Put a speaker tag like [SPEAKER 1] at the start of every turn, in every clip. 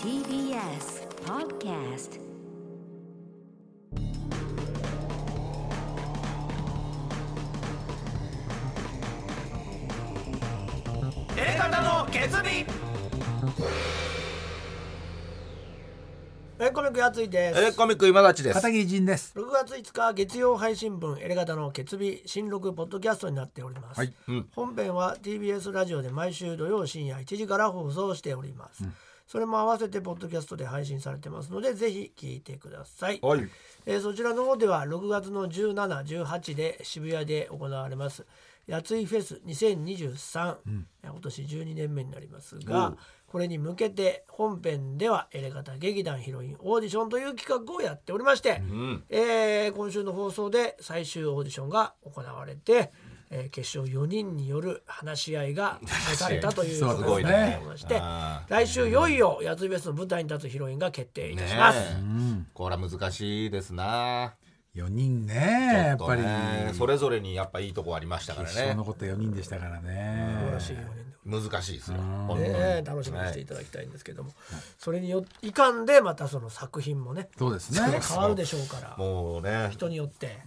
[SPEAKER 1] TBS Podcast
[SPEAKER 2] 方の決意
[SPEAKER 3] えコミックやついです。
[SPEAKER 2] えーコミック今立ちです
[SPEAKER 4] 片桐仁です。
[SPEAKER 3] 6月5日月曜配信分エレガタの決日新録ポッドキャストになっております、
[SPEAKER 4] はい
[SPEAKER 2] うん
[SPEAKER 3] 本編は TBS ラジオで毎週土曜深夜1時から放送しております、それも合わせてポッドキャストで配信されてますのでぜひ聞いてください、
[SPEAKER 2] はい
[SPEAKER 3] えーそちらの方では6月の1718で渋谷で行われますやついフェス2023、えー今年12年目になりますが、これに向けて本編ではエレガタ劇団ヒロインオーディションという企画をやっておりまして、えー今週の放送で最終オーディションが行われて、えー決勝4人による話し合いが持たれたという
[SPEAKER 4] そう
[SPEAKER 3] ことに
[SPEAKER 4] ですね
[SPEAKER 3] なっておりまして、
[SPEAKER 2] あ
[SPEAKER 3] 来週いよいよやついフェスの舞台に立つヒロインが決定い
[SPEAKER 2] ね
[SPEAKER 3] たします。
[SPEAKER 2] えこれは難しいですな
[SPEAKER 4] 4人
[SPEAKER 2] ち
[SPEAKER 4] ね、
[SPEAKER 2] ょ
[SPEAKER 4] やっ
[SPEAKER 2] と
[SPEAKER 4] ぱり。
[SPEAKER 2] ねそれぞれにやっぱいいとこありましたから
[SPEAKER 4] 決勝
[SPEAKER 2] ね
[SPEAKER 4] のこと4人でしたから
[SPEAKER 3] 素晴ら
[SPEAKER 4] ね。
[SPEAKER 3] しい4人で
[SPEAKER 2] 難しいですよ本当に
[SPEAKER 3] ね、楽しみにしていただきたいんですけども、それによいかんでまたその作品もね
[SPEAKER 4] そうです
[SPEAKER 3] 変
[SPEAKER 4] ね。
[SPEAKER 3] わるでしょうから
[SPEAKER 2] もうね
[SPEAKER 3] 人によって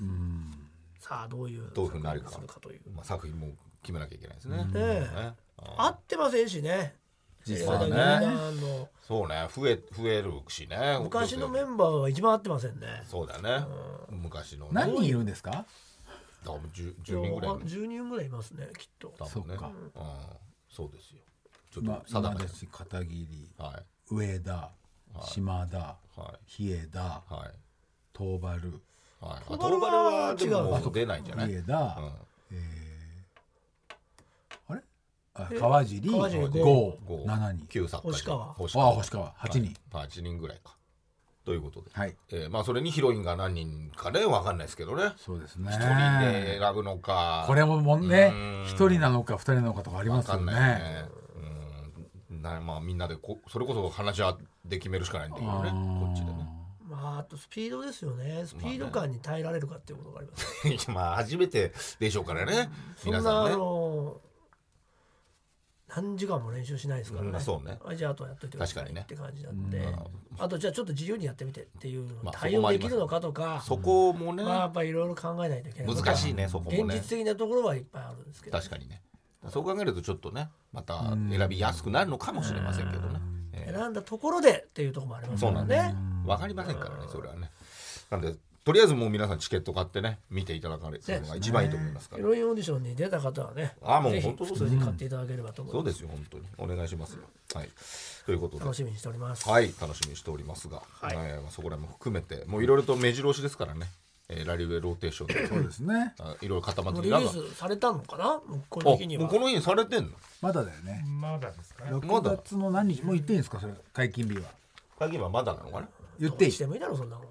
[SPEAKER 3] さあどういう
[SPEAKER 2] どういうふうになるか
[SPEAKER 3] 作品にするという、
[SPEAKER 2] まあ作品も決めなきゃいけないですね
[SPEAKER 3] え
[SPEAKER 2] ね
[SPEAKER 3] 合ってませんしね
[SPEAKER 4] 実
[SPEAKER 2] 際はね
[SPEAKER 3] 山田軍団の
[SPEAKER 2] そうね増え増えるしね
[SPEAKER 3] 昔のメンバーが一番合ってませんね
[SPEAKER 2] そうだね昔のね
[SPEAKER 4] 何人いるんですか
[SPEAKER 2] だから10 10人ぐらい
[SPEAKER 3] 10人ぐらいいますねきっと
[SPEAKER 2] だもんね
[SPEAKER 4] そっか
[SPEAKER 2] うんそうですよちょっ
[SPEAKER 4] まあ
[SPEAKER 2] と、定
[SPEAKER 4] 今
[SPEAKER 2] めて
[SPEAKER 4] だし、片桐、
[SPEAKER 2] はい
[SPEAKER 4] 上田、島田、
[SPEAKER 2] は
[SPEAKER 4] 比江田、
[SPEAKER 2] いはい
[SPEAKER 4] 東原、
[SPEAKER 2] はい、
[SPEAKER 3] ト
[SPEAKER 2] あ
[SPEAKER 3] ーバル
[SPEAKER 2] トーバル
[SPEAKER 3] は
[SPEAKER 2] は
[SPEAKER 3] 違
[SPEAKER 2] 違
[SPEAKER 3] う
[SPEAKER 2] う出ないんじゃない、
[SPEAKER 4] 比
[SPEAKER 2] う
[SPEAKER 4] 江
[SPEAKER 2] ん、
[SPEAKER 4] 田、あれあ
[SPEAKER 3] え
[SPEAKER 4] 川尻、
[SPEAKER 3] 川尻
[SPEAKER 4] 郷、
[SPEAKER 2] 五
[SPEAKER 4] 7人。
[SPEAKER 2] 九作家
[SPEAKER 3] 星川
[SPEAKER 2] 星
[SPEAKER 4] ああ、星川、8人。
[SPEAKER 2] はい8人ぐらいかということで、
[SPEAKER 4] はい。
[SPEAKER 2] えーまあそれにヒロインが何人かねわかんないですけどね
[SPEAKER 4] そうですね。
[SPEAKER 2] 一人で選ぶのか
[SPEAKER 4] これももうね
[SPEAKER 2] うーん、
[SPEAKER 4] 1人なのか2人なのかとかありま
[SPEAKER 2] わ
[SPEAKER 4] す
[SPEAKER 2] か
[SPEAKER 4] よ
[SPEAKER 2] んないよ
[SPEAKER 4] ね。
[SPEAKER 2] ねうんなまあみんなでこそれこそ話し合って決めるしかないんだけどねこっちでね
[SPEAKER 3] まああとスピードですよねスピード感に耐えられるかっていうことがあります
[SPEAKER 2] いやまあ初めてでしょうからね
[SPEAKER 3] そんな
[SPEAKER 2] 皆
[SPEAKER 3] あ
[SPEAKER 2] さんね
[SPEAKER 3] の何時間も練習しないですからね、
[SPEAKER 2] うんそうね
[SPEAKER 3] あじゃああとはやっといてください
[SPEAKER 2] 確かにね
[SPEAKER 3] って感じなんで、あとじゃあちょっと自由にやってみてっていう
[SPEAKER 2] まあ
[SPEAKER 3] 対
[SPEAKER 2] そこも
[SPEAKER 3] 応
[SPEAKER 2] あ
[SPEAKER 3] で
[SPEAKER 2] り
[SPEAKER 3] き
[SPEAKER 2] ます
[SPEAKER 3] るのかとか、
[SPEAKER 2] そこもね、
[SPEAKER 3] まあ、やっぱいろいろ考えないといけない
[SPEAKER 2] 難しいねそこも
[SPEAKER 3] 現
[SPEAKER 2] ね
[SPEAKER 3] 実的なところはいっぱいあるんですけど
[SPEAKER 2] 確かにねそう考えるとちょっとねまた選びやすくなるのかもしれませんけどね、えー
[SPEAKER 3] 選んだところでっていうところもあります
[SPEAKER 2] そ
[SPEAKER 3] か
[SPEAKER 2] う
[SPEAKER 3] ら
[SPEAKER 2] なんです
[SPEAKER 3] ね。
[SPEAKER 2] わかりませんからね、それはね。なんで、とりあえずもう皆さんチケット買ってね、見ていただかれるのが一番いいと思いますか
[SPEAKER 3] ヒ
[SPEAKER 2] ら。
[SPEAKER 3] ロインオーディションに出た方はね、
[SPEAKER 2] あもう
[SPEAKER 3] ぜひ
[SPEAKER 2] 本当
[SPEAKER 3] 普
[SPEAKER 2] そう
[SPEAKER 3] 通
[SPEAKER 2] ですね
[SPEAKER 3] に買っていただければと思い
[SPEAKER 2] そう
[SPEAKER 3] ます。
[SPEAKER 2] ですよ、本当に。お願いしますよ。はい。ということで
[SPEAKER 3] 楽。しみにしております。
[SPEAKER 2] はい、楽しみにしておりますが、
[SPEAKER 3] い
[SPEAKER 2] えーまあ、そこら辺も含めて、もういろいろと目白押しですからね、えーラリウェイローテーション
[SPEAKER 4] そう
[SPEAKER 2] で
[SPEAKER 4] ですね。
[SPEAKER 2] あいろいろ固まっ
[SPEAKER 3] もう
[SPEAKER 2] て
[SPEAKER 3] リ
[SPEAKER 2] き
[SPEAKER 3] リ
[SPEAKER 2] て、なん
[SPEAKER 3] ー
[SPEAKER 2] か、
[SPEAKER 3] スされたのかな？もうこ
[SPEAKER 2] あ
[SPEAKER 3] の日に
[SPEAKER 2] も
[SPEAKER 3] は
[SPEAKER 2] うこ。の日にされてんの
[SPEAKER 4] まだだよね。
[SPEAKER 5] まだですかね。
[SPEAKER 2] ま
[SPEAKER 4] 6
[SPEAKER 2] だ
[SPEAKER 4] 月の何日もう言っていいんですかそれ解禁日は
[SPEAKER 2] 鍵はまだなのかな
[SPEAKER 4] 言っ
[SPEAKER 3] ど
[SPEAKER 4] て
[SPEAKER 3] う
[SPEAKER 4] いい
[SPEAKER 3] してもいいだろうそんなの。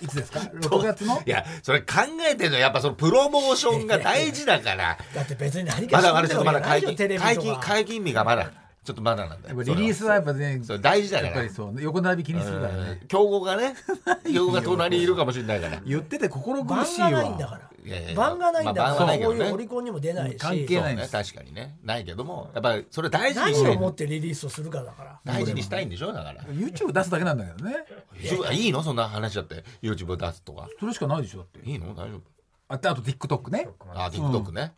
[SPEAKER 4] いつです か6月の
[SPEAKER 2] いや、それ考えてるのやっぱそのプロモーションが大事だから、
[SPEAKER 3] だって別に何か
[SPEAKER 2] ま
[SPEAKER 3] し
[SPEAKER 2] だ
[SPEAKER 3] て
[SPEAKER 2] ま
[SPEAKER 3] みてるわ
[SPEAKER 2] だちょっとま
[SPEAKER 3] け
[SPEAKER 2] だ
[SPEAKER 3] ない
[SPEAKER 2] 解
[SPEAKER 3] じゃん
[SPEAKER 2] 禁、
[SPEAKER 3] テレビ
[SPEAKER 2] 解
[SPEAKER 3] と
[SPEAKER 2] 禁、
[SPEAKER 3] か。
[SPEAKER 2] 解禁日がまだ、ちょっとまだなんだ
[SPEAKER 4] やっ
[SPEAKER 2] よ。
[SPEAKER 4] ぱリリースはやっぱね
[SPEAKER 2] それ大事だか
[SPEAKER 4] やっぱ
[SPEAKER 2] ら
[SPEAKER 4] り。そうね横並び気にするからね
[SPEAKER 2] 競合がね競合が隣にいるかもしれないから
[SPEAKER 4] 言ってて心苦
[SPEAKER 3] 番
[SPEAKER 4] しいわ
[SPEAKER 3] がないんだから
[SPEAKER 2] いやいやい。や
[SPEAKER 3] 番がないんだ
[SPEAKER 2] まあ
[SPEAKER 3] か
[SPEAKER 2] 番はな
[SPEAKER 3] ら、
[SPEAKER 2] いけ
[SPEAKER 3] こ
[SPEAKER 2] ど
[SPEAKER 3] う
[SPEAKER 2] ね
[SPEAKER 3] いうオリコンにも出ないし。
[SPEAKER 4] 関係ないん
[SPEAKER 2] ね
[SPEAKER 4] です
[SPEAKER 2] 確かにねないけどもやっぱりそれ大事にし
[SPEAKER 3] 何
[SPEAKER 2] た
[SPEAKER 3] を
[SPEAKER 2] い
[SPEAKER 3] 持ってリリースをするかだから。
[SPEAKER 2] 大事にしたいんでしょだから
[SPEAKER 4] YouTube 出すだけなんだけどね
[SPEAKER 2] いいのそんな話だって YouTube 出すとか
[SPEAKER 4] それしかないでしょだって
[SPEAKER 2] いいの大丈夫
[SPEAKER 4] あとあと TikTok ね
[SPEAKER 2] あ TikTok ね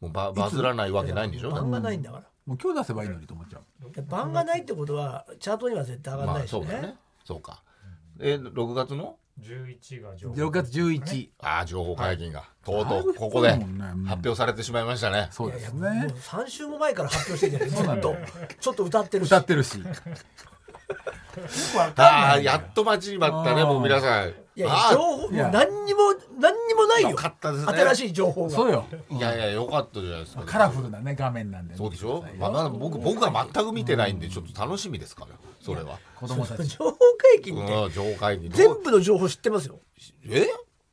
[SPEAKER 2] もうババズらないわけないんでしょだっ
[SPEAKER 3] 番
[SPEAKER 2] て
[SPEAKER 3] がないんだから。
[SPEAKER 4] もう今日出せばいいのにと思っちゃう
[SPEAKER 3] で番がないってことはチャートには絶対上がら
[SPEAKER 2] ま
[SPEAKER 3] な
[SPEAKER 2] あ
[SPEAKER 3] いし
[SPEAKER 2] そうだ
[SPEAKER 3] ね
[SPEAKER 2] ね。そうかえ6月の
[SPEAKER 5] 11が上
[SPEAKER 4] 6月11
[SPEAKER 2] ああ情報会議がとう
[SPEAKER 4] だい
[SPEAKER 2] と
[SPEAKER 4] ぶ
[SPEAKER 2] う
[SPEAKER 4] 低いも
[SPEAKER 2] こ
[SPEAKER 4] んね
[SPEAKER 2] こで発
[SPEAKER 4] うん
[SPEAKER 2] 表されてしまいましたね
[SPEAKER 4] そうで
[SPEAKER 3] いや
[SPEAKER 4] す
[SPEAKER 3] もうもう
[SPEAKER 4] ね
[SPEAKER 3] 3週も前から発表してんじゃない
[SPEAKER 4] そう
[SPEAKER 3] ず
[SPEAKER 4] な
[SPEAKER 3] っ
[SPEAKER 4] んだ
[SPEAKER 3] と
[SPEAKER 4] よ
[SPEAKER 3] ちょっと歌ってるし
[SPEAKER 4] 歌って るし
[SPEAKER 2] ああやっと待ちに待ったね
[SPEAKER 4] あー
[SPEAKER 2] もう皆さん
[SPEAKER 3] いやいや
[SPEAKER 2] あ
[SPEAKER 3] 情
[SPEAKER 2] あ
[SPEAKER 3] 報もう
[SPEAKER 4] いや
[SPEAKER 3] 何にも何にもないよ
[SPEAKER 2] よかったですね
[SPEAKER 3] 新しい情報が
[SPEAKER 4] そうよ
[SPEAKER 2] いやいやよかったじゃないですか
[SPEAKER 4] カラフルなね画面なんでね
[SPEAKER 2] そうでしょ、まあ、まだ僕僕は全く見てないんでちょっと楽しみですからそれは、
[SPEAKER 4] 子供たち
[SPEAKER 3] 情報解禁って
[SPEAKER 2] うん、上会議ど
[SPEAKER 3] 全
[SPEAKER 2] う
[SPEAKER 3] 部の情報知ってますよ
[SPEAKER 2] え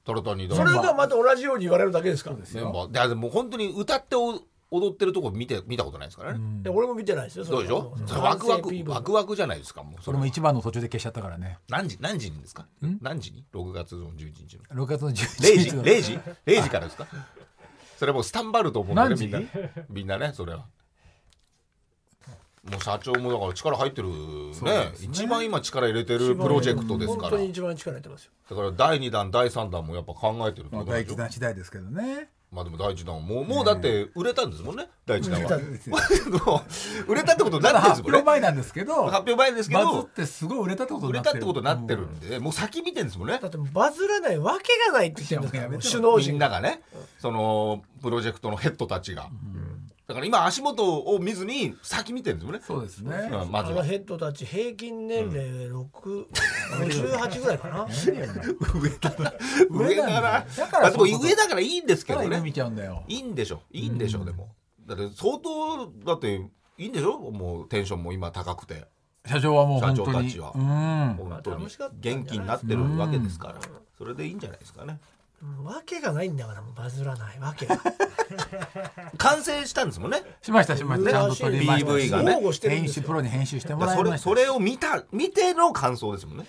[SPEAKER 2] トロトニー
[SPEAKER 3] それ
[SPEAKER 2] メン
[SPEAKER 3] がまた同じように言われるだけですから
[SPEAKER 2] バーであでも本当に歌ってお踊ってるとこ見て見たことないですからね、
[SPEAKER 3] で俺も見てないですよ
[SPEAKER 2] どうでしょうそれワクワクワクワクじゃないですかもうそ
[SPEAKER 4] そ
[SPEAKER 2] れ
[SPEAKER 4] れ
[SPEAKER 2] も
[SPEAKER 4] も一番の途中で消しちゃったからね
[SPEAKER 2] 何時何時にですか何時に6月の11日の
[SPEAKER 4] 6月の
[SPEAKER 2] 0
[SPEAKER 4] 11
[SPEAKER 2] 時
[SPEAKER 4] 日の
[SPEAKER 2] 0時0時からですかそれはもうスタンバると思うんだよねみんな
[SPEAKER 4] 何
[SPEAKER 2] みんなねそれはもう社長もだから力入ってる
[SPEAKER 4] う
[SPEAKER 2] ね
[SPEAKER 4] ですね
[SPEAKER 2] 一番今力入れてるプロジェクトですか
[SPEAKER 3] 本
[SPEAKER 2] ら
[SPEAKER 3] 当に一番力入れてますよ
[SPEAKER 2] だから第2弾第3弾もやっぱ考えてるって
[SPEAKER 4] ま
[SPEAKER 2] こ
[SPEAKER 4] あ、
[SPEAKER 2] とで
[SPEAKER 4] 第
[SPEAKER 2] しょ
[SPEAKER 4] 一弾次第ですけどね
[SPEAKER 2] まあでも第1弾はもうもうだって売れたんですもんね第1弾
[SPEAKER 4] 売れたんですよ
[SPEAKER 2] は 売れたってことに
[SPEAKER 4] た
[SPEAKER 2] な
[SPEAKER 4] だ
[SPEAKER 2] ってるんです
[SPEAKER 4] 発
[SPEAKER 2] もんね
[SPEAKER 4] 表前なんですけど
[SPEAKER 2] 発表前ですけ
[SPEAKER 4] バズっ
[SPEAKER 2] ど
[SPEAKER 4] てすごい売れたってこと
[SPEAKER 2] 売
[SPEAKER 4] に
[SPEAKER 2] れ
[SPEAKER 4] なって
[SPEAKER 2] たっ
[SPEAKER 4] る
[SPEAKER 2] てことになってるんでもう先見てるんですもんね
[SPEAKER 3] だってバズらないわけがないって言ってるんですから
[SPEAKER 4] いやもうやめて
[SPEAKER 3] 首脳
[SPEAKER 2] みん
[SPEAKER 3] 陣
[SPEAKER 2] ながねそのプロジェクトのヘッドたちがだから今足元を見ずに先見てるんですもんね
[SPEAKER 4] そうですね
[SPEAKER 2] うんま
[SPEAKER 3] あ
[SPEAKER 2] ず
[SPEAKER 3] の
[SPEAKER 2] は
[SPEAKER 3] ヘッドたち平均年齢6 58ぐらいかな
[SPEAKER 4] 何やねん
[SPEAKER 2] 上だな
[SPEAKER 4] 上
[SPEAKER 2] 上
[SPEAKER 4] なんだ
[SPEAKER 2] だな
[SPEAKER 4] よだから
[SPEAKER 2] あでも
[SPEAKER 4] そういうこと
[SPEAKER 2] 上だからいいんですけ
[SPEAKER 4] だか
[SPEAKER 2] どね
[SPEAKER 4] ら夢見ちゃうんだよ
[SPEAKER 2] いいんでしょいいんでしょでもだって相当だっていいんでしょもうテンションも今高くて
[SPEAKER 4] 社長はもう
[SPEAKER 2] 社
[SPEAKER 4] 本
[SPEAKER 2] 長
[SPEAKER 4] 当
[SPEAKER 2] た
[SPEAKER 4] に
[SPEAKER 2] ちは
[SPEAKER 4] うん
[SPEAKER 2] 本当
[SPEAKER 3] まあ
[SPEAKER 2] に
[SPEAKER 3] 楽しかったんじゃない
[SPEAKER 2] 元気になってるわけですからそれでいいんじゃないですかね
[SPEAKER 3] わけがないんだからもうバズらないわけが
[SPEAKER 2] 完成したんですもんね
[SPEAKER 4] しましたしましたちゃんと撮りました
[SPEAKER 2] PV がね
[SPEAKER 3] 豪語してるん
[SPEAKER 4] 編
[SPEAKER 3] です
[SPEAKER 4] 集
[SPEAKER 3] よ
[SPEAKER 4] プロに編集しても
[SPEAKER 2] だかららそ
[SPEAKER 4] いま
[SPEAKER 2] れ
[SPEAKER 4] した
[SPEAKER 2] それを見た見ての感想ですもんね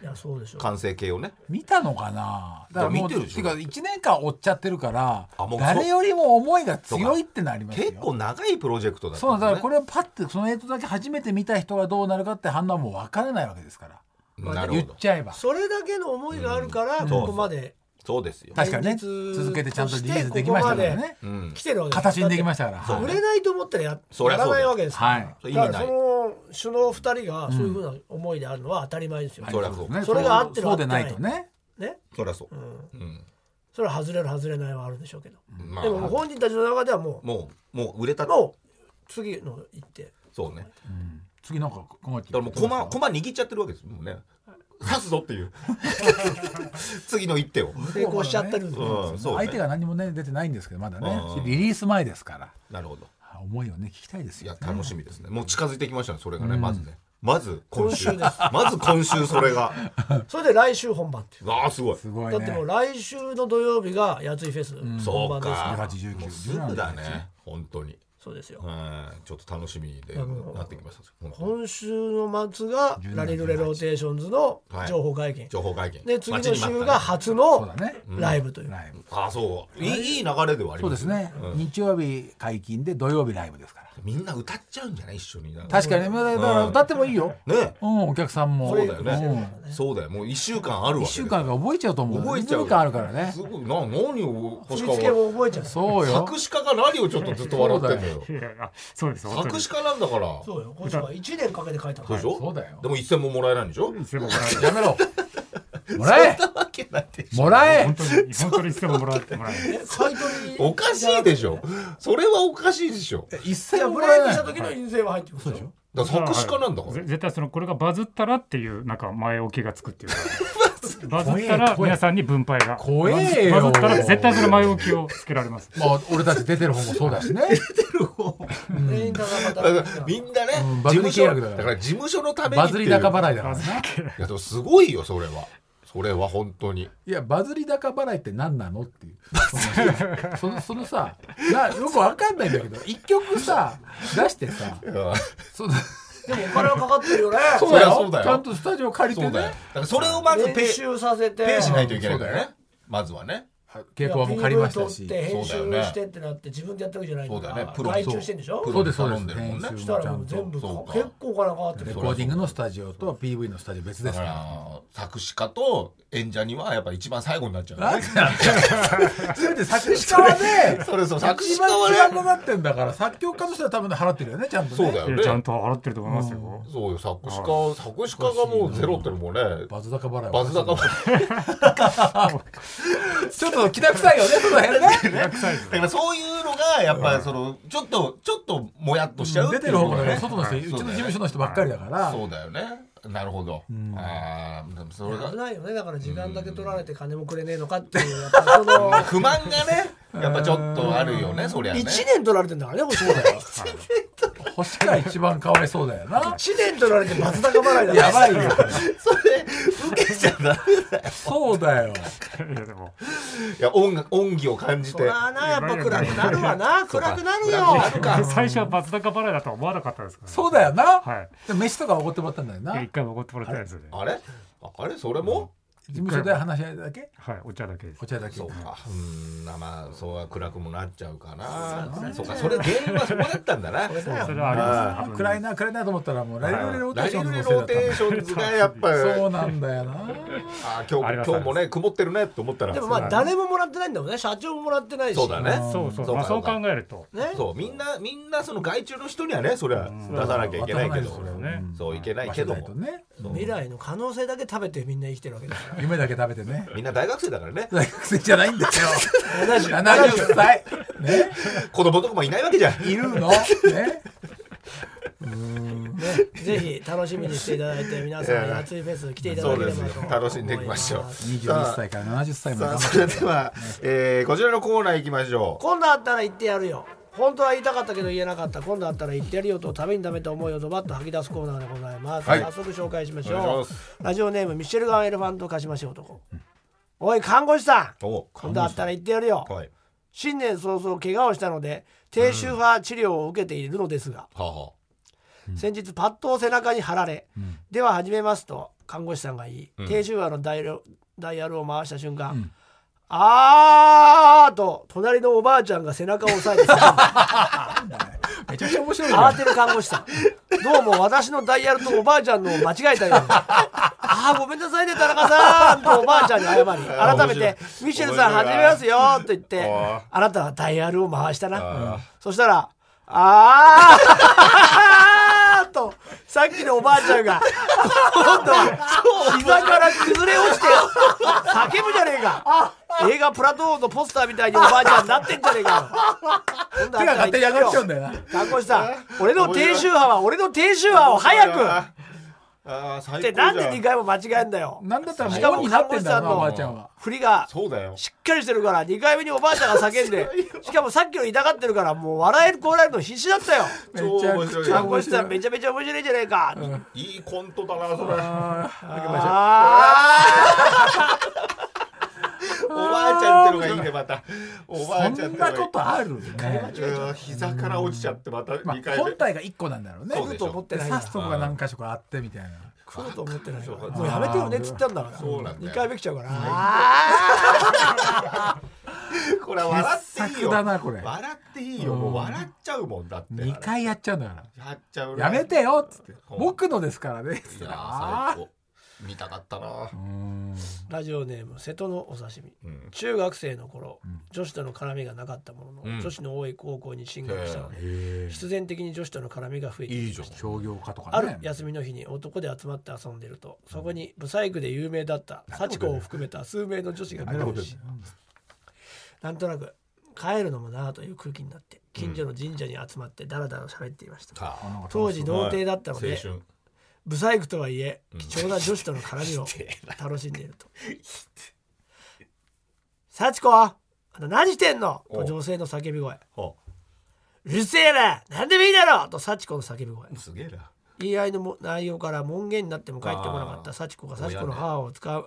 [SPEAKER 3] いやそうでしょう
[SPEAKER 2] 完成形をね
[SPEAKER 4] 見たのかなだからも
[SPEAKER 2] 見
[SPEAKER 4] う
[SPEAKER 2] てるでしょ
[SPEAKER 4] てか1年間追っちゃってるから
[SPEAKER 2] あもうそう
[SPEAKER 4] 誰よりも思いが強いってなりますよ
[SPEAKER 2] 結構長いプロジェクトだった
[SPEAKER 4] そうなん
[SPEAKER 2] ん
[SPEAKER 4] だ
[SPEAKER 2] で
[SPEAKER 4] だ
[SPEAKER 2] す
[SPEAKER 4] からこれをパッてその映像だけ初めて見た人がどうなるかって反応はもう分からないわけですから
[SPEAKER 2] ねなる
[SPEAKER 4] 言っ
[SPEAKER 2] ほど
[SPEAKER 4] ちゃえば
[SPEAKER 3] それだけの思いがあるから
[SPEAKER 2] うん
[SPEAKER 3] ここまで
[SPEAKER 2] そうですよ
[SPEAKER 4] 確かにね
[SPEAKER 3] 現実
[SPEAKER 4] 続けてちゃんとリリースできました
[SPEAKER 3] と
[SPEAKER 4] から
[SPEAKER 3] して
[SPEAKER 4] ね
[SPEAKER 2] うん
[SPEAKER 3] 来てるわけ
[SPEAKER 4] 形にできま
[SPEAKER 3] し
[SPEAKER 4] したから
[SPEAKER 2] そう
[SPEAKER 4] はい
[SPEAKER 3] 売れないと思ったらや
[SPEAKER 2] そり
[SPEAKER 3] や
[SPEAKER 2] ゃそ
[SPEAKER 3] らな
[SPEAKER 2] うだ
[SPEAKER 3] い
[SPEAKER 2] よ
[SPEAKER 3] わけですから、
[SPEAKER 4] はい
[SPEAKER 2] それ意
[SPEAKER 3] だ
[SPEAKER 2] 味
[SPEAKER 3] か
[SPEAKER 2] な
[SPEAKER 3] ら
[SPEAKER 2] い
[SPEAKER 3] その首脳二人がそういうふうな思いであるのは当たり前ですよ、
[SPEAKER 2] そりゃそう
[SPEAKER 4] ね
[SPEAKER 3] それが合ってる
[SPEAKER 4] そうでないとね
[SPEAKER 3] ね、、
[SPEAKER 2] そりゃそううんうん
[SPEAKER 3] それは外れる外れないはあるでしょうけど、
[SPEAKER 2] まあ
[SPEAKER 3] でももう本人たちの中ではもう
[SPEAKER 2] もうもう売れた
[SPEAKER 3] もう次の行って
[SPEAKER 2] そうね
[SPEAKER 4] 次なんか考
[SPEAKER 2] だ
[SPEAKER 4] えて
[SPEAKER 2] からもう駒駒握っちゃってるわけですもんね刺すぞっていう 次の一手を
[SPEAKER 3] 成功しちゃってるんで、
[SPEAKER 2] うんそうね
[SPEAKER 4] 相手が何もね出てないんですけどまだね
[SPEAKER 2] うん
[SPEAKER 4] リリース前ですから
[SPEAKER 2] なるほど
[SPEAKER 4] あ思いをね聞きたいです
[SPEAKER 2] い
[SPEAKER 4] よ
[SPEAKER 2] や
[SPEAKER 4] ね
[SPEAKER 2] 楽しみですねもう近づいてきましたねそれがねまずねまず今週
[SPEAKER 3] 今週です
[SPEAKER 2] まず今週それが
[SPEAKER 3] それで来週本番っていう
[SPEAKER 2] わあすごい
[SPEAKER 4] すごい
[SPEAKER 3] だってもう
[SPEAKER 4] ね
[SPEAKER 3] 来週の土曜日がやついフェス
[SPEAKER 2] そ
[SPEAKER 3] 本
[SPEAKER 2] う
[SPEAKER 3] 番ですから
[SPEAKER 2] か
[SPEAKER 4] 18 19
[SPEAKER 2] もうすぐだね本当に
[SPEAKER 3] そうですよ、
[SPEAKER 2] はいちょっと楽しみでなってきました本当に
[SPEAKER 3] 今週の末が「ラリルレローテーションズ」の情報会見、
[SPEAKER 2] 情報会見
[SPEAKER 3] で次
[SPEAKER 2] 待
[SPEAKER 3] の
[SPEAKER 2] ちに待
[SPEAKER 3] 週
[SPEAKER 2] ったね
[SPEAKER 3] が初
[SPEAKER 4] そう
[SPEAKER 3] の
[SPEAKER 4] だね
[SPEAKER 3] ライブという、
[SPEAKER 4] ライブ
[SPEAKER 2] あそういいいい流れではあり
[SPEAKER 4] そう
[SPEAKER 2] ま
[SPEAKER 4] ですす
[SPEAKER 2] よ
[SPEAKER 4] ね日曜日解禁で土曜日ライブですから
[SPEAKER 2] みんな歌っちゃうんじゃない一緒になんか
[SPEAKER 4] 確かにねだから歌ってもいいよ
[SPEAKER 2] ね
[SPEAKER 4] うんお客さんも
[SPEAKER 2] そうだよね
[SPEAKER 4] ん
[SPEAKER 2] そうだよもう一週間あるわけ
[SPEAKER 4] 一週間
[SPEAKER 2] が
[SPEAKER 4] が覚えちゃうと思う
[SPEAKER 2] 覚えちゃう
[SPEAKER 4] リズム感あるからね
[SPEAKER 2] すごいな何を
[SPEAKER 3] 振
[SPEAKER 2] 星
[SPEAKER 3] り付け
[SPEAKER 2] 川
[SPEAKER 3] も覚えちゃう
[SPEAKER 4] そうよ
[SPEAKER 2] 作詞家が何をちょっとずっと笑ってんのよ
[SPEAKER 5] いやいやそうです本当
[SPEAKER 2] 作
[SPEAKER 5] に
[SPEAKER 2] 詞家なんだから
[SPEAKER 3] そうよこっちは1年かけて書いたの
[SPEAKER 2] そうでしょ
[SPEAKER 4] そうだよ
[SPEAKER 2] でも一銭ももらえないんでしょ
[SPEAKER 5] いつでもも
[SPEAKER 4] やめろもらえ
[SPEAKER 2] そんなわけないでしょ
[SPEAKER 4] もら
[SPEAKER 5] らえ
[SPEAKER 4] え
[SPEAKER 5] 本当に本当にいつでももらってもらえる
[SPEAKER 3] 買い取り
[SPEAKER 2] おかしいでしょそれはおかしいでしょ
[SPEAKER 4] 一
[SPEAKER 3] じゃ
[SPEAKER 4] 切
[SPEAKER 3] あブ
[SPEAKER 4] も
[SPEAKER 3] レ
[SPEAKER 4] らえ
[SPEAKER 3] イク
[SPEAKER 4] な
[SPEAKER 3] し
[SPEAKER 4] い
[SPEAKER 3] た時の印税は入ってくるでしょ
[SPEAKER 2] だから作詞家なんだか
[SPEAKER 5] ぜ
[SPEAKER 2] ら
[SPEAKER 5] 絶対そのこれがバズったらっていうなんか前置きがつくっていうかバズったら皆さんに分配が
[SPEAKER 4] 怖えよ
[SPEAKER 5] バズったら絶対その前置きをつけられます
[SPEAKER 4] まあ俺たち出てる方もそうだ しね
[SPEAKER 3] 全員高
[SPEAKER 2] だ
[SPEAKER 3] 々
[SPEAKER 2] からみんなね
[SPEAKER 4] うん
[SPEAKER 2] 事務所
[SPEAKER 4] バズり契約だ
[SPEAKER 2] だ
[SPEAKER 4] から
[SPEAKER 2] から事務所のために
[SPEAKER 4] バ
[SPEAKER 2] って
[SPEAKER 4] ズ
[SPEAKER 2] い
[SPEAKER 4] り
[SPEAKER 2] う
[SPEAKER 4] 高払いだからね
[SPEAKER 2] いやでもすごいよそれはそれは本当 に
[SPEAKER 4] いやバズり高払いって何なのっていうそのそのさなよくわかんないんだけど一曲さ出してさその
[SPEAKER 3] でもお金はかかってるよね
[SPEAKER 4] そうだ
[SPEAKER 2] そりゃそう
[SPEAKER 4] よ
[SPEAKER 2] だよ
[SPEAKER 4] ちゃんとスタジオ借り
[SPEAKER 2] そ
[SPEAKER 4] て
[SPEAKER 2] うだよだ
[SPEAKER 4] ね
[SPEAKER 2] からそれをまずペ
[SPEAKER 3] 練
[SPEAKER 2] イ
[SPEAKER 3] 習させて
[SPEAKER 2] ペイしないといけないからねまずはね
[SPEAKER 4] 稽古はもう借りました
[SPEAKER 3] PV
[SPEAKER 4] し
[SPEAKER 3] 撮って編集
[SPEAKER 2] そうだよね
[SPEAKER 3] してってなって自分でやったわけじゃないか
[SPEAKER 2] そうだよね
[SPEAKER 3] ら
[SPEAKER 2] プロ
[SPEAKER 3] 外注してんでしょ
[SPEAKER 2] プ
[SPEAKER 4] そ
[SPEAKER 2] ロ
[SPEAKER 4] うで
[SPEAKER 2] に
[SPEAKER 4] すそうで
[SPEAKER 2] 頼
[SPEAKER 4] す
[SPEAKER 2] んでるもんね
[SPEAKER 4] 編
[SPEAKER 3] そ
[SPEAKER 4] 集
[SPEAKER 3] した
[SPEAKER 4] もち
[SPEAKER 3] ら
[SPEAKER 4] ゃ
[SPEAKER 3] もうん全
[SPEAKER 4] と
[SPEAKER 3] 部
[SPEAKER 2] そうか
[SPEAKER 3] 結構お金かかってる
[SPEAKER 4] レコーディングのスタジオと PV のスタジオ別で
[SPEAKER 2] だ
[SPEAKER 4] す
[SPEAKER 2] か
[SPEAKER 4] から
[SPEAKER 2] ら作詞家と演者にはやっぱ一番最後になっちゃう
[SPEAKER 4] な
[SPEAKER 2] よ
[SPEAKER 4] ん
[SPEAKER 2] ね
[SPEAKER 4] でなんだよで作詞家はね
[SPEAKER 2] それそう作詞
[SPEAKER 4] 一
[SPEAKER 2] 家
[SPEAKER 4] 番時
[SPEAKER 2] は
[SPEAKER 4] 間
[SPEAKER 2] ね
[SPEAKER 4] かかってんだから作曲家としては多分払ってるよねちゃんとね
[SPEAKER 2] そうだよ
[SPEAKER 5] いやちゃんと払ってると思いますよ、
[SPEAKER 2] そうよ作詞家作詞家がもうゼロってのもね
[SPEAKER 4] バズ高払いは
[SPEAKER 2] バズ高も
[SPEAKER 4] ちょっと気な臭いよねその辺ね
[SPEAKER 2] だからそういうのがやっぱりそのちょっとちょっともやっとしちゃう
[SPEAKER 4] 出
[SPEAKER 2] って
[SPEAKER 4] て
[SPEAKER 2] いう
[SPEAKER 4] る方
[SPEAKER 2] の
[SPEAKER 4] も
[SPEAKER 2] が
[SPEAKER 4] ね
[SPEAKER 2] ね
[SPEAKER 4] 外の人うちの事務所の人ばっかりだから
[SPEAKER 2] そうだよねなるほどああでもそれが
[SPEAKER 3] 危ないよねだから時間だけ取られて金もくれねえのかっていうやっぱその
[SPEAKER 2] 不満がねやっぱちょっとあるよねそりゃね
[SPEAKER 3] 1年取られてんだからね星野は
[SPEAKER 4] 星が一番かわいそうだ よな
[SPEAKER 3] 1年取られて松高払いだ
[SPEAKER 4] やばいよ
[SPEAKER 2] それ受けちゃダメだよ
[SPEAKER 4] そうだよ
[SPEAKER 5] いやでも
[SPEAKER 2] いや音楽恩義を感じ
[SPEAKER 3] そ
[SPEAKER 2] て
[SPEAKER 3] りゃあなやっぱ暗くなるわな
[SPEAKER 2] そう
[SPEAKER 3] 暗
[SPEAKER 2] か
[SPEAKER 3] くなる
[SPEAKER 2] 暗く
[SPEAKER 3] よ
[SPEAKER 2] なる か
[SPEAKER 5] 最初はバズ高払いだとは思わなかったですから、
[SPEAKER 4] そうだよな、
[SPEAKER 5] はい
[SPEAKER 4] でも飯とかおごってもらったんだよ
[SPEAKER 5] いや
[SPEAKER 4] な
[SPEAKER 5] 一回も怒ってもらってないですよね
[SPEAKER 2] あれあれそれも
[SPEAKER 4] 事務所で話し合いだけ
[SPEAKER 5] はい、お茶だけです
[SPEAKER 4] お。茶だけ
[SPEAKER 2] そうかうんまあそうは暗くもなっちゃうか
[SPEAKER 3] そう
[SPEAKER 2] な
[SPEAKER 3] ね
[SPEAKER 2] そうかそれ原因はそこだったんだな
[SPEAKER 3] それだよ
[SPEAKER 5] それはあります
[SPEAKER 4] あー暗いな暗いなと思ったらもうライブでローテー
[SPEAKER 2] ライ
[SPEAKER 4] ション
[SPEAKER 2] ブ
[SPEAKER 4] の
[SPEAKER 2] で
[SPEAKER 4] せい
[SPEAKER 2] ロ
[SPEAKER 4] だ
[SPEAKER 2] ー
[SPEAKER 4] っ
[SPEAKER 2] テーション
[SPEAKER 4] た
[SPEAKER 2] がやっぱり
[SPEAKER 4] そうなんだよな
[SPEAKER 2] あ今
[SPEAKER 5] あり
[SPEAKER 2] 日
[SPEAKER 5] ます
[SPEAKER 2] 今日もね曇ってるねと思ったら
[SPEAKER 3] でもまあ
[SPEAKER 5] だ
[SPEAKER 3] 誰ももらってないんだもんね社長ももらってないし
[SPEAKER 2] そうだね
[SPEAKER 5] そうそう、
[SPEAKER 2] そうか
[SPEAKER 5] まあ、そう考えると。
[SPEAKER 3] ね
[SPEAKER 2] そうみんなみんなその外注の人にはねそれは出さなきゃいけないけど
[SPEAKER 4] 渡さ
[SPEAKER 5] よ
[SPEAKER 4] と
[SPEAKER 5] ね
[SPEAKER 4] うん
[SPEAKER 2] そういけないけども
[SPEAKER 4] 忘れないとね
[SPEAKER 3] 未来の可能性だけ食べてみんな生きてるわけだか
[SPEAKER 4] 夢だけ食べてね
[SPEAKER 2] みんな大学生だからね
[SPEAKER 4] 大学生じゃないんだよ
[SPEAKER 3] ら同じ
[SPEAKER 4] 70歳ね
[SPEAKER 2] 子供とかもいないわけじゃん
[SPEAKER 4] いるのね
[SPEAKER 3] ね、ぜひ楽しみにしていただいて皆さん
[SPEAKER 2] ええ
[SPEAKER 3] 熱いフェス来ていただ
[SPEAKER 2] そう
[SPEAKER 3] けれ
[SPEAKER 2] で
[SPEAKER 3] ば
[SPEAKER 2] す
[SPEAKER 3] と
[SPEAKER 2] よ
[SPEAKER 3] 思います
[SPEAKER 2] 楽しんでいきましょう
[SPEAKER 4] 21歳から70歳ま
[SPEAKER 2] さあ
[SPEAKER 4] で頑張っ
[SPEAKER 2] そ
[SPEAKER 4] て
[SPEAKER 2] れでは、えーこちらのコーナー行きましょう
[SPEAKER 3] 今度あったら言ってやるよ本当は言いたかったけど言えなかった今度あったら言ってやるよとためにためた思いをドバッと吐き出すコーナーでございます、
[SPEAKER 2] はい
[SPEAKER 3] 早速紹介しまし
[SPEAKER 2] お願
[SPEAKER 3] ょ
[SPEAKER 2] いしま
[SPEAKER 3] うラジオネームミシェルガンエレファント貸しましょう男、おい看護師さん
[SPEAKER 2] お
[SPEAKER 3] 今度あったら言ってやるよ、
[SPEAKER 2] はい
[SPEAKER 3] 新年早々怪我をしたので低周波治療を受けているのですが、
[SPEAKER 2] はあは
[SPEAKER 3] 先日パッと背中に貼られ、では始めますと看護師さんが言い、低周波のダイヤルダイヤルを回した瞬間、あーと隣のおばあちゃんが背中を押さえて叫んだ
[SPEAKER 4] めちゃくちゃ面白い
[SPEAKER 3] 慌
[SPEAKER 4] よ
[SPEAKER 3] てる看護師さんどうも私のダイヤルとおばあちゃんのを間違えたようです あーごめんなさいね田中さんとおばあちゃん に謝り改めて
[SPEAKER 2] 面白い
[SPEAKER 3] ミシェルさん始めますよと言って
[SPEAKER 2] あー
[SPEAKER 3] あなたはダイヤルを回したな
[SPEAKER 2] あー
[SPEAKER 3] そしたらあー とさっきのおばあちゃんが今度は膝から崩れ落ちて叫ぶじゃねえか映画「プラトーン」のポスターみたいにおばあちゃんになってんじゃねえかよ
[SPEAKER 4] 手が勝手に上がっちゃうんだよな
[SPEAKER 3] 看護師さん俺の低周波は俺の低周波を早く
[SPEAKER 2] ああー最
[SPEAKER 3] っ
[SPEAKER 2] 高
[SPEAKER 3] て
[SPEAKER 2] じゃ
[SPEAKER 3] なんで2回も間違えんだよ
[SPEAKER 4] なんだったら
[SPEAKER 3] しか
[SPEAKER 4] もう
[SPEAKER 3] も
[SPEAKER 4] オンになってんだよ
[SPEAKER 3] 看護師さん
[SPEAKER 4] な
[SPEAKER 3] の
[SPEAKER 4] おばあちゃんは
[SPEAKER 3] 振りが
[SPEAKER 2] そうだよ
[SPEAKER 3] しっかりしてるから2回目におばあちゃんが叫んでしかもさっきの痛がってるからもう笑えるこらえるの必死だったよ
[SPEAKER 4] めちゃくちゃ
[SPEAKER 3] 看
[SPEAKER 4] 面
[SPEAKER 3] 護師さん
[SPEAKER 4] 白
[SPEAKER 3] め
[SPEAKER 4] い
[SPEAKER 3] ちゃめちゃ面白いじゃねえか、
[SPEAKER 2] いいコントだなそれ
[SPEAKER 3] あ
[SPEAKER 2] おばあちゃんってのがいいねまたおばあちゃ
[SPEAKER 4] そ
[SPEAKER 2] んって
[SPEAKER 4] ん
[SPEAKER 2] のが
[SPEAKER 4] ない
[SPEAKER 2] い
[SPEAKER 4] ことあるね
[SPEAKER 2] うん膝から落ちちゃってまた
[SPEAKER 4] ま
[SPEAKER 2] 2
[SPEAKER 4] あ
[SPEAKER 2] 回目、
[SPEAKER 4] 本体が一個なんだろうね
[SPEAKER 2] そう
[SPEAKER 3] ー
[SPEAKER 2] で
[SPEAKER 3] 来る
[SPEAKER 2] し
[SPEAKER 3] と
[SPEAKER 2] ょ
[SPEAKER 3] 思って
[SPEAKER 4] で
[SPEAKER 3] ない
[SPEAKER 4] 刺
[SPEAKER 3] から
[SPEAKER 4] すとこが何箇所かあってみたいな
[SPEAKER 3] 来ると思ってないから
[SPEAKER 2] そう
[SPEAKER 3] もうやめてよねっつったんだから
[SPEAKER 2] そうなんだよ
[SPEAKER 3] 2回目来ちゃうからあ
[SPEAKER 2] これは笑っていい
[SPEAKER 4] 傑作
[SPEAKER 2] よ
[SPEAKER 4] だなこれ
[SPEAKER 2] 笑っていいよもう笑っちゃうもんだって
[SPEAKER 4] 2回やっちゃうんだか
[SPEAKER 2] やっちゃう
[SPEAKER 4] らやめてよっつって僕のですからね
[SPEAKER 2] いやー
[SPEAKER 4] あ
[SPEAKER 2] 最高見たかったな
[SPEAKER 4] ーうーん
[SPEAKER 3] ーラジオネーム瀬戸のお刺身
[SPEAKER 2] うん
[SPEAKER 3] 中学生の頃、女子との絡みがなかったものの、
[SPEAKER 2] うん
[SPEAKER 3] 女子の多い高校に進学したので、
[SPEAKER 4] へー
[SPEAKER 3] 必然的に女子との絡みが増えていきました
[SPEAKER 2] いいじ
[SPEAKER 4] 商業科とかね
[SPEAKER 3] ある休みの日に男で集まって遊んでるとそこにブサイクで有名だった幸子を含めた数名の女子が目をしなんとなく帰るのもなあという空気になって近所の神社に集まってダラダラ喋っていました、
[SPEAKER 2] か
[SPEAKER 4] あなんか
[SPEAKER 3] 当時童貞だったので、
[SPEAKER 2] 青春
[SPEAKER 3] ブサイクとはいえ貴重な女子との絡みを楽 しんでいると「幸子あんた何してんの?」と
[SPEAKER 2] お
[SPEAKER 3] 女性の叫び声
[SPEAKER 2] ほ
[SPEAKER 3] 「うるせえな何でもいいだろ!」と幸子の叫び声
[SPEAKER 2] うすげえな
[SPEAKER 3] 言い合いのも内容から門限になっても帰ってこなかった
[SPEAKER 2] あー
[SPEAKER 3] 幸子が
[SPEAKER 2] 親ね
[SPEAKER 3] 幸子の母を使う、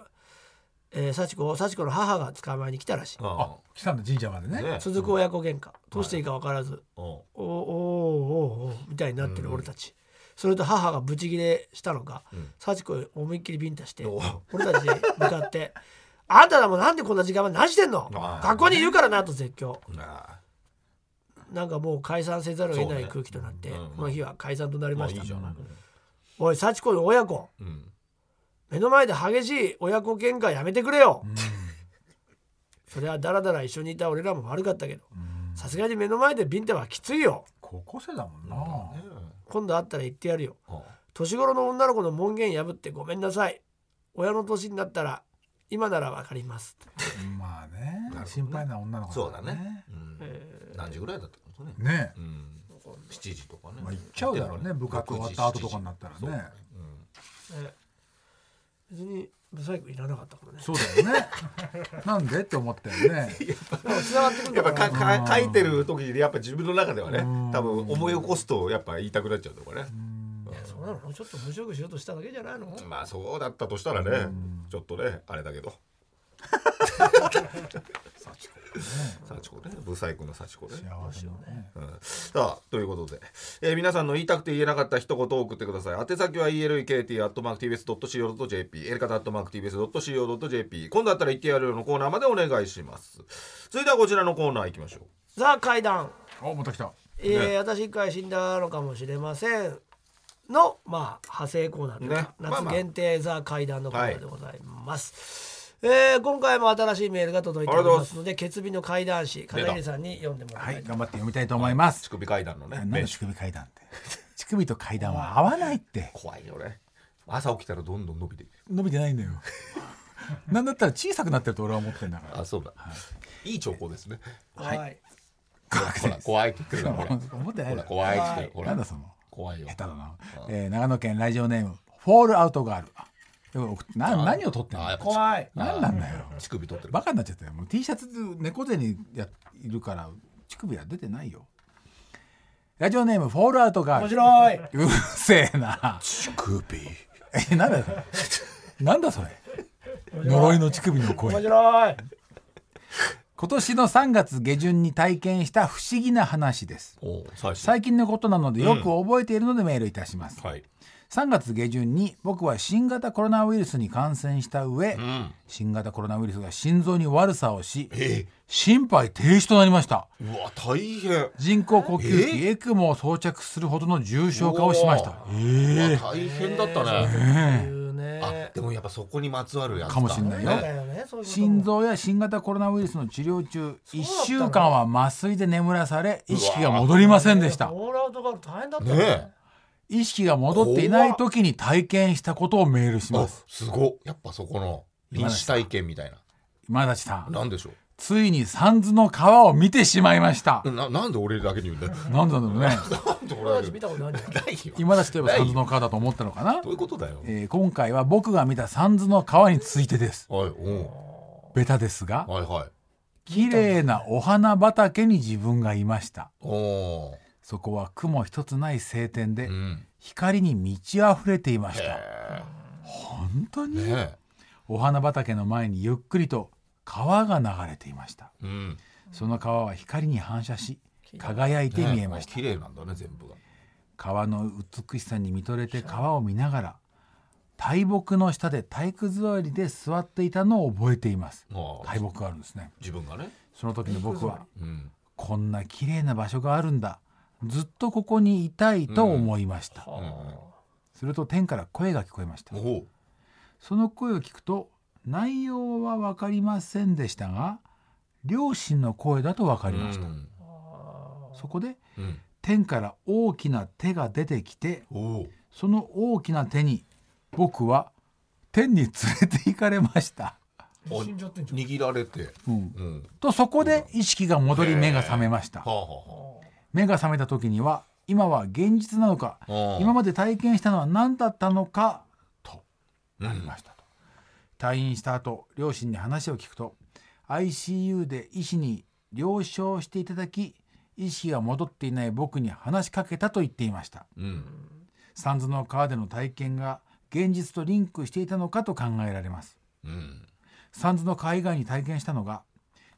[SPEAKER 3] えー幸子を幸子の母が捕まえに来たらしい
[SPEAKER 2] あ
[SPEAKER 4] 来たんだ神社までね
[SPEAKER 2] ね
[SPEAKER 3] 続く親子喧嘩どうしていいか分からず、
[SPEAKER 2] うん
[SPEAKER 3] おーおーおーおーみたいになってる俺たち、それと母がブチギレしたのか、幸子を思いっきりビンタして
[SPEAKER 2] おー
[SPEAKER 3] 俺たちに向かって 「あんたらもうなんでこんな時間まで何してんの
[SPEAKER 2] あー
[SPEAKER 3] 学校にいるからな」と絶叫
[SPEAKER 2] な
[SPEAKER 3] なんかもう解散せざるを得な
[SPEAKER 2] そう
[SPEAKER 3] い
[SPEAKER 2] ね
[SPEAKER 3] 空気となって、
[SPEAKER 2] うん
[SPEAKER 3] この日は解散となり
[SPEAKER 2] ま
[SPEAKER 3] ま
[SPEAKER 2] あい
[SPEAKER 3] した、
[SPEAKER 2] いじゃない
[SPEAKER 3] おい幸子の親子、
[SPEAKER 2] うん
[SPEAKER 3] 目の前で激しい親子喧嘩やめてくれよ、それはだらだら一緒にいた俺らも悪かったけどさすがに目の前でビンタはきついよ
[SPEAKER 4] 高校生だもんな
[SPEAKER 3] 今度会ったら言ってやるよ
[SPEAKER 2] うん
[SPEAKER 3] 年頃の女の子の門限破ってごめんなさい親の年になったら今ならわかります
[SPEAKER 4] まあね心配な女の子
[SPEAKER 2] そうだねうん何時ぐらいだったのね
[SPEAKER 4] ね
[SPEAKER 2] うん7時とかね
[SPEAKER 4] まあ行っちゃうだろうね部活終わった後とかになったらね
[SPEAKER 3] 別にブサイクいらなかったからね
[SPEAKER 4] そうだよ ねなんでって思ったよね
[SPEAKER 3] つながってくるん
[SPEAKER 2] や
[SPEAKER 3] だ
[SPEAKER 2] っ
[SPEAKER 3] か
[SPEAKER 2] ぱ
[SPEAKER 3] ら
[SPEAKER 2] かか書いてる時にやっぱ自分の中ではね多分思い起こすとやっぱ言いたくなっちゃうとかね
[SPEAKER 3] そうなのちょっと面白くしようとしただけじゃないの
[SPEAKER 2] まあそうだったとしたらねちょっとねあれだけど幸子ねブサイクの幸子ね
[SPEAKER 4] 幸せのね
[SPEAKER 2] うんさあということで、えー皆さんの言いたくて言えなかった一言を送ってください宛先は elekt.tbs.co.jp エレカタ .tbs.co.jp 今度あったら言ってやるよのコーナーまでお願いします続いてはこちらのコーナーいきましょう
[SPEAKER 3] ザ怪談
[SPEAKER 4] おまた来た
[SPEAKER 3] えー私一回死んだのかもしれませんのまあ派生コーナーというか、
[SPEAKER 2] ねまあ
[SPEAKER 3] 夏
[SPEAKER 2] まあ
[SPEAKER 3] 限定ザ怪談のコーナーでございます、えー今回も新しいメールが届いておりますので決日の怪談師片桐さんに読んでもら
[SPEAKER 4] はい
[SPEAKER 3] たい
[SPEAKER 4] い
[SPEAKER 3] と
[SPEAKER 4] 頑張って読みたいと思います
[SPEAKER 2] 乳首階段のね
[SPEAKER 4] 何の乳首階段って乳首と階段は合わないって
[SPEAKER 2] 怖いよね朝起きたらどんどん伸びていく
[SPEAKER 4] 伸びてないんだよなんだったら小さくなってると俺は思ってんだから
[SPEAKER 2] あそうだ、い、い兆候ですね
[SPEAKER 3] はい、
[SPEAKER 4] 怖く
[SPEAKER 2] ほ
[SPEAKER 4] て
[SPEAKER 2] ら怖いって言ってるなほら
[SPEAKER 4] 思ってな
[SPEAKER 2] ほら
[SPEAKER 4] いだろ
[SPEAKER 2] 怖いって言ってるほら
[SPEAKER 4] なんだその
[SPEAKER 2] 怖いよ
[SPEAKER 4] 下手だな、えー長野県ラジオネームフォールアウトガールあでも送っな何を撮ってんの
[SPEAKER 2] あやっぱ
[SPEAKER 3] 怖い
[SPEAKER 4] 何なんだよ
[SPEAKER 2] 乳首取ってる
[SPEAKER 4] バカになっちゃったよもう T シャツ猫背にやいるから乳首は出てないよラジオネームフォールアウトガー
[SPEAKER 3] 面
[SPEAKER 4] ル
[SPEAKER 3] 白いう
[SPEAKER 4] るせえな
[SPEAKER 2] 乳首
[SPEAKER 4] えなんだよそれなんだそれ呪いの乳首の
[SPEAKER 3] 面
[SPEAKER 4] 声
[SPEAKER 3] 白い
[SPEAKER 4] 今年の3月下旬に体験した不思議な話です
[SPEAKER 2] おう最初
[SPEAKER 4] 最近のことなのでよく覚えているのでメールいたします、
[SPEAKER 2] はい
[SPEAKER 4] 3月下旬に僕は新型コロナウイルスに感染した上、
[SPEAKER 2] ん
[SPEAKER 4] 新型コロナウイルスが心臓に悪さをし
[SPEAKER 2] え
[SPEAKER 4] 心肺停止となりました
[SPEAKER 2] うわ大変
[SPEAKER 4] 人工呼吸器エクモを装着するほどの重症化をしました
[SPEAKER 2] お
[SPEAKER 4] え
[SPEAKER 2] うわ大変だったね、
[SPEAKER 3] いうね
[SPEAKER 2] あでもやっぱそこにまつわるやつだ
[SPEAKER 4] かもしんないよ
[SPEAKER 3] そう
[SPEAKER 2] ね
[SPEAKER 3] だよねそういうことも
[SPEAKER 4] 心臓や新型コロナウイルスの治療中1週間は麻酔で眠らされ意識が戻りませんでした
[SPEAKER 3] オールアウトガール大変だった
[SPEAKER 2] ねえ
[SPEAKER 4] 意識が戻っていない時に体験したことをメールし
[SPEAKER 2] あ
[SPEAKER 4] ます
[SPEAKER 2] すごっやっぱそこの臨死体験みたいな
[SPEAKER 4] 今立さん
[SPEAKER 2] なんでしょ
[SPEAKER 4] ついに三途の川を見てしまいました
[SPEAKER 2] うななんで俺だけに言うんだよ
[SPEAKER 4] なんだろうね
[SPEAKER 2] なんで俺
[SPEAKER 3] 俺た
[SPEAKER 2] だけ
[SPEAKER 3] ち
[SPEAKER 2] に
[SPEAKER 3] 見たことないんだよ
[SPEAKER 2] ないよ
[SPEAKER 4] 今だしといえば三途の川だと思ったのかな
[SPEAKER 2] どういうことだよ
[SPEAKER 4] えー今回は僕が見た三途の川についてです
[SPEAKER 2] はいうん
[SPEAKER 4] ベタですが
[SPEAKER 2] はいはい
[SPEAKER 4] 綺麗なお花畑に自分がいました
[SPEAKER 2] おお
[SPEAKER 4] そこは雲一つない晴天で
[SPEAKER 2] ーうん
[SPEAKER 4] 光に満ち溢れていまし
[SPEAKER 2] へ
[SPEAKER 4] た本当
[SPEAKER 2] え
[SPEAKER 4] に
[SPEAKER 2] ね
[SPEAKER 4] お花畑の前にゆっくりと川が流れていました
[SPEAKER 2] えうん
[SPEAKER 4] その川は光に反射し輝いて見えました
[SPEAKER 2] ね綺麗なんだね全部が
[SPEAKER 4] 川の美しさに見とれて川を見ながら大木の下で体育座りで座っていたのを覚えています
[SPEAKER 2] ああ
[SPEAKER 4] 大木があるんですね
[SPEAKER 2] 自分がね
[SPEAKER 4] その時の僕は
[SPEAKER 2] うん
[SPEAKER 4] こんな綺麗な場所があるんだずっとここにいたいと思いました、すると天から声が聞こえました
[SPEAKER 2] おお
[SPEAKER 4] その声を聞くと内容は分かりませんでしたが両親の声だと分か
[SPEAKER 2] あ
[SPEAKER 4] りました、
[SPEAKER 2] うん
[SPEAKER 4] そこで
[SPEAKER 2] うん
[SPEAKER 4] 天から大きな手が出てきて
[SPEAKER 2] おお
[SPEAKER 4] その大きな手に僕は天に連れて行かれました、
[SPEAKER 2] あ
[SPEAKER 3] 死んじゃってんじゃん
[SPEAKER 2] 握られて
[SPEAKER 4] うん
[SPEAKER 2] うんは
[SPEAKER 4] とそこで意識が戻り目が覚めました
[SPEAKER 2] あは
[SPEAKER 4] 目が覚めた時には今は現実なのか
[SPEAKER 2] あはあ
[SPEAKER 4] 今まで体験したのは何だったのかと
[SPEAKER 2] うん
[SPEAKER 4] なりましたと、退院した後両親に話を聞くと ICU で医師に了承していただき意識が戻っていない僕に話しかけたと言っていました
[SPEAKER 2] うん
[SPEAKER 4] 三途の川での体験が現実とリンクしていたのかと考えられます
[SPEAKER 2] うん
[SPEAKER 4] 三途の川以外に体験したのが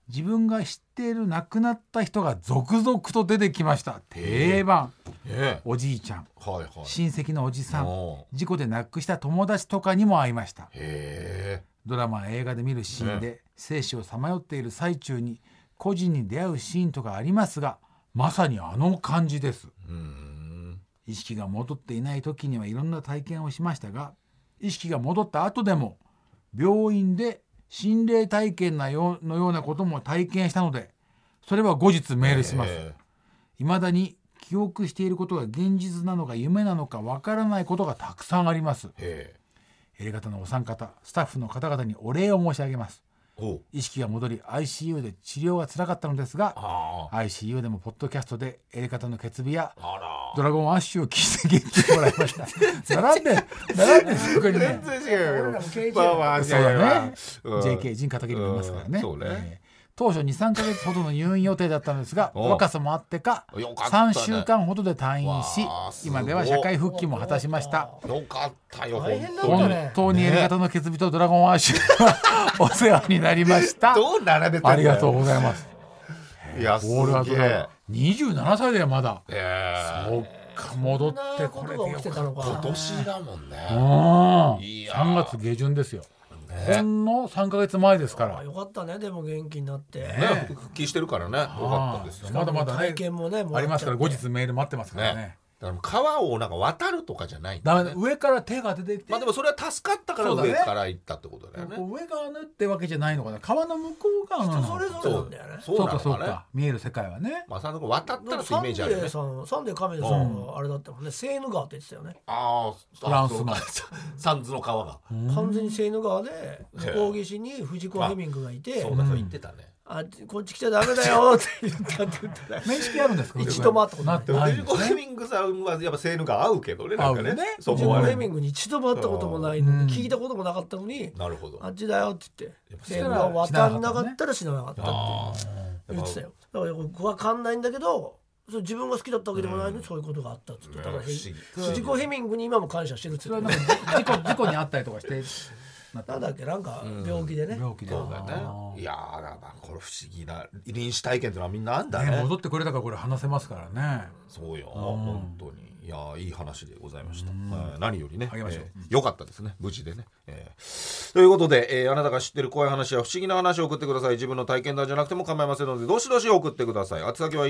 [SPEAKER 4] 自分が知っている亡くなった人が続々と出てきました定番
[SPEAKER 2] ねえ
[SPEAKER 4] おじいちゃん
[SPEAKER 2] はいはい
[SPEAKER 4] 親戚のおじさん
[SPEAKER 2] お
[SPEAKER 4] 事故で亡くした友達とかにも会いました
[SPEAKER 2] ーへえ
[SPEAKER 4] ドラマや映画で見るシーンで生死をさまよっている最中に個人に出会うシーンとかありますがまさにあの感じです
[SPEAKER 2] うーん
[SPEAKER 4] 意識が戻っていない時にはいろんな体験をしましたが意識が戻った後でも病院で心霊体験なよのようなことも体験したのでそれは後日メールします
[SPEAKER 2] へえ
[SPEAKER 4] 未だに記憶していることが現実なのか夢なのかわからないことがたくさんあります
[SPEAKER 2] へえ
[SPEAKER 4] エレガタのお三方スタッフの方々にお礼を申し上げます
[SPEAKER 2] おう
[SPEAKER 4] 意識が戻り ICU で治療が辛かったのですが
[SPEAKER 2] あ
[SPEAKER 4] ICU でもポッドキャストでエレガタの決備や
[SPEAKER 2] ああら
[SPEAKER 4] ドラゴンアッシュを聞いて元気をもらいまし た並んで並んでそこにね
[SPEAKER 2] 全然違うよ
[SPEAKER 3] 俺らも経営者
[SPEAKER 2] まあまあ
[SPEAKER 4] そうだね
[SPEAKER 2] うん
[SPEAKER 4] JK 陣片桐もいますから
[SPEAKER 2] う
[SPEAKER 4] ね
[SPEAKER 2] んそうね
[SPEAKER 4] えー当初23か月ほどの入院予定だったのですが
[SPEAKER 2] おう
[SPEAKER 4] 若さもあってか
[SPEAKER 2] よかったね
[SPEAKER 4] 3週間ほどで退院し
[SPEAKER 2] わあすごい
[SPEAKER 4] 今では社会復帰も果たしました
[SPEAKER 2] よかったよ
[SPEAKER 3] 大変だ
[SPEAKER 2] 本当に
[SPEAKER 3] ね
[SPEAKER 4] 本当にやり方の決意とドラゴンアッシュはお世話になりました
[SPEAKER 2] どう並べてんだよ
[SPEAKER 4] ありがとうございます
[SPEAKER 2] いやす
[SPEAKER 4] オールアウト
[SPEAKER 2] げえ
[SPEAKER 4] だ27歳だよまだ
[SPEAKER 2] ええ
[SPEAKER 4] そっか戻ってこれ
[SPEAKER 3] そんなことが
[SPEAKER 4] でよ
[SPEAKER 3] 起きて
[SPEAKER 4] かった
[SPEAKER 3] の
[SPEAKER 2] 今
[SPEAKER 3] か
[SPEAKER 2] 年だもん
[SPEAKER 4] た
[SPEAKER 2] ね
[SPEAKER 4] うん
[SPEAKER 2] いや
[SPEAKER 4] 3月下旬ですよほんの3か月前ですか
[SPEAKER 3] あ
[SPEAKER 4] ら
[SPEAKER 3] よかったねでも元気になって、
[SPEAKER 2] ね復帰してるからねよかったですよ
[SPEAKER 4] あーまだまだね
[SPEAKER 3] 体験もねも
[SPEAKER 4] あ
[SPEAKER 3] らっ
[SPEAKER 4] り
[SPEAKER 3] ちゃって
[SPEAKER 4] ますから後日メール待ってますからね
[SPEAKER 2] ねだからもう川をなんか渡るとかじゃないん
[SPEAKER 4] だ
[SPEAKER 2] だ
[SPEAKER 4] めだ
[SPEAKER 2] ね
[SPEAKER 4] 上から手が出てきて、
[SPEAKER 2] まあでもそれは助かったから
[SPEAKER 4] そうだね
[SPEAKER 2] 上から行ったってことだよね
[SPEAKER 4] こう上側のってわけじゃないのかな川の向こう側なの
[SPEAKER 3] 人それぞれなんだよね
[SPEAKER 2] そうな
[SPEAKER 4] か
[SPEAKER 2] の
[SPEAKER 4] そう
[SPEAKER 2] かね
[SPEAKER 4] か見える世界はね
[SPEAKER 2] まあさん渡ったらってイ
[SPEAKER 3] サン
[SPEAKER 2] メ
[SPEAKER 3] デ
[SPEAKER 2] ージあるよ
[SPEAKER 3] ー
[SPEAKER 2] ね
[SPEAKER 3] さん、サンデー亀田さんはあれだったもんね、セーヌ川って言ってたよね。
[SPEAKER 2] ああ
[SPEAKER 4] フランスの
[SPEAKER 2] あそうかサンズの川が
[SPEAKER 3] 完全にセーヌ川で、向こう岸に藤子ヘミングがいて
[SPEAKER 2] そ、うだそう言ってたね
[SPEAKER 3] あ、こっち来ちゃダメだよって言ったって言 ったら。
[SPEAKER 4] 面識あるんですか
[SPEAKER 3] 一度も会ったことない
[SPEAKER 2] でも
[SPEAKER 4] な
[SPEAKER 2] フ
[SPEAKER 4] い
[SPEAKER 2] ジ
[SPEAKER 4] んで
[SPEAKER 2] コ・
[SPEAKER 4] す
[SPEAKER 2] ヘ
[SPEAKER 4] ね
[SPEAKER 2] ミングさんはやっぱセーヌが合うけどねなんか
[SPEAKER 4] 合
[SPEAKER 2] ね
[SPEAKER 4] うね
[SPEAKER 2] そ
[SPEAKER 3] 藤
[SPEAKER 2] こ
[SPEAKER 3] 子
[SPEAKER 2] は
[SPEAKER 3] ヘミ
[SPEAKER 2] ね
[SPEAKER 3] ングに一度も会ったこともないのに、聞いたこともなかったのに、
[SPEAKER 2] なるほど
[SPEAKER 3] あっちだよって言って、セー
[SPEAKER 4] ら
[SPEAKER 3] ヌ川渡んなかったら死ななかったって
[SPEAKER 2] やっ
[SPEAKER 3] 言
[SPEAKER 2] ぱ
[SPEAKER 3] ってたよ。だから僕わかんないんだけど、そう自分が好きだったわけでもないのにそういうことがあったって言ってただから
[SPEAKER 2] 不思議
[SPEAKER 3] 藤子ヘミングに今も感謝してるって
[SPEAKER 4] そ
[SPEAKER 3] 言
[SPEAKER 4] れ
[SPEAKER 3] っ
[SPEAKER 4] は
[SPEAKER 3] て
[SPEAKER 4] なん
[SPEAKER 3] た。
[SPEAKER 4] か事故事故にあったりとかしてなった
[SPEAKER 3] なんだっけなんか病気でね、
[SPEAKER 4] 病気で
[SPEAKER 2] そうだよねいやーなんかこれ不思議な臨死体験ってのはみんなあんだ
[SPEAKER 4] ね
[SPEAKER 2] ね
[SPEAKER 4] 戻ってくれたからこれ話せますからね
[SPEAKER 2] そうよ本当にいやーいい話でございましたはい何よりね
[SPEAKER 4] 励ましょう
[SPEAKER 2] えー良かったですね無事でねえーということでえーあなたが知ってる怖い話や不思議な話を送ってください自分の体験談じゃなくても構いませんのでどしどし送ってください宛先は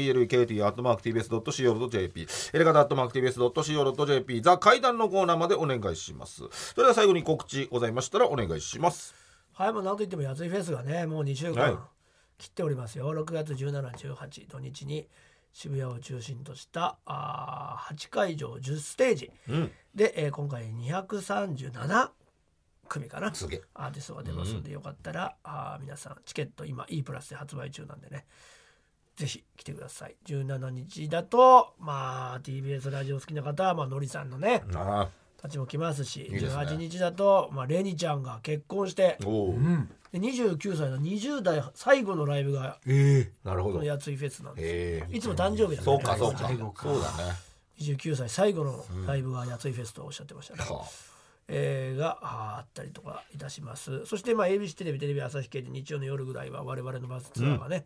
[SPEAKER 2] elkt.tbs.co.jp エレガタ .tbs.co.jp ザ階段のコーナーまでお願いしますそれでは最後に告知ございましたらお願いします
[SPEAKER 3] はいもうなんといってもやついフェスがねもう2週
[SPEAKER 2] はい
[SPEAKER 3] 間切っておりますよ、6月1718土日に渋谷を中心としたあー8会場10ステージ、
[SPEAKER 2] ん
[SPEAKER 3] で、えー今回237組かな
[SPEAKER 2] すげえ
[SPEAKER 3] アーティストが出ますんで、よかったらあー皆さんチケット今 E プラスで発売中なんでねぜひ来てください17日だとまあ TBS ラジオ好きな方は、まあ、のりさんのね
[SPEAKER 2] あ
[SPEAKER 3] たちも来ますし
[SPEAKER 2] ですね
[SPEAKER 3] 18日だと、まあ、レニちゃんが結婚して
[SPEAKER 2] ーおお
[SPEAKER 3] で29歳の20代最後のライブが
[SPEAKER 4] え
[SPEAKER 2] なるほ
[SPEAKER 3] こ
[SPEAKER 2] ど
[SPEAKER 3] の
[SPEAKER 2] へ
[SPEAKER 3] やついフェスなんです
[SPEAKER 2] え
[SPEAKER 3] いつも誕生日だ
[SPEAKER 2] そうかそうか
[SPEAKER 4] 最後か
[SPEAKER 2] そうだね
[SPEAKER 3] 29歳最後のライブがやついフェスとおっしゃってましたね、
[SPEAKER 2] はあ
[SPEAKER 3] えーがあーあったりとかいたしますそしてまあ ABC テレビテレビ朝日系で日曜の夜ぐらいは我々のバスツアーがね、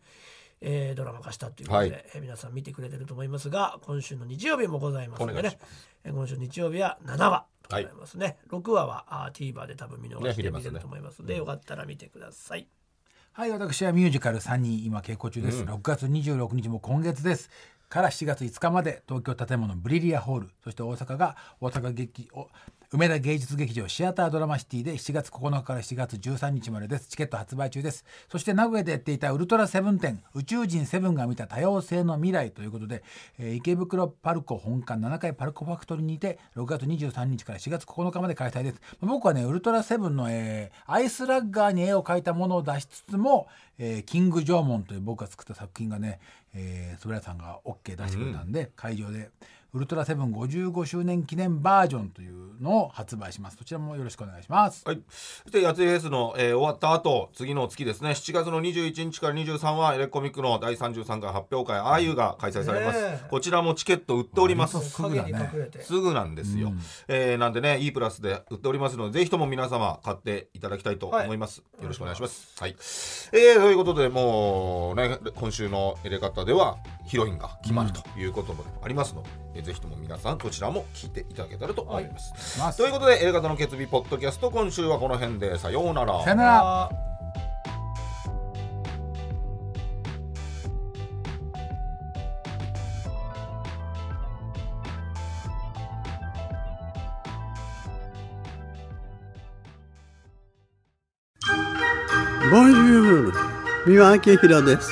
[SPEAKER 3] えードラマ化したということで、
[SPEAKER 2] はい
[SPEAKER 3] えー皆さん見てくれてると思いますが今週の日曜日もございますので
[SPEAKER 2] お願い
[SPEAKER 3] ね
[SPEAKER 2] し
[SPEAKER 3] えー今週日曜日は7話とございますね、6話はあー TVer で多分見逃
[SPEAKER 2] ね
[SPEAKER 3] して
[SPEAKER 2] 見れま
[SPEAKER 3] 見
[SPEAKER 2] す
[SPEAKER 3] れ
[SPEAKER 2] ね
[SPEAKER 3] ると思いますので、よかったら見てください。
[SPEAKER 4] はい私はミュージカル3人今稽古中です、6月26日も今月ですから7月5日まで東京建物ブリリアホールそして大阪が大阪劇お梅田芸術劇場シアタードラマシティで7月9日から7月13日までですチケット発売中ですそして名古屋でやっていたウルトラセブン展宇宙人セブンが見た多様性の未来ということで、えー池袋パルコ本館7階パルコファクトリーにて6月23日から4月9日まで開催です僕はねウルトラセブンの、えーアイスラッガーに絵を描いたものを出しつつも、えーキング・ジョーモンという僕が作った作品がね、えー、円谷さんが OK 出してくれたんで、会場でウルトラセブン55周年記念バージョンというのを発売しますそちらもよろしくお願いします
[SPEAKER 2] はい、そしてやついフェスの、えー終わった後次の月ですね7月の21日から23はエレコミックの第33回発表会「あゆ」が開催されます、
[SPEAKER 3] ねえ
[SPEAKER 2] こちらもチケット売っております
[SPEAKER 4] 割とすぐ
[SPEAKER 3] 影
[SPEAKER 4] だ
[SPEAKER 3] に
[SPEAKER 4] ね
[SPEAKER 3] 隠れて
[SPEAKER 2] すぐなんですよ、えーなんでね E プラスで売っておりますのでぜひとも皆様買っていただきたいと思います、よろしくお願いしますはい、えー、ということでもう、ね、今週の「エレガタ」ではヒロインが決まるということもありますので、えーぜひとも皆さんこちらも聞いていただけたらと思います、
[SPEAKER 4] ます
[SPEAKER 2] ということで「エレガタの決意」ポッドキャスト今週はこの辺でさようなら
[SPEAKER 4] さよなら
[SPEAKER 6] ボンジュール三輪明宏です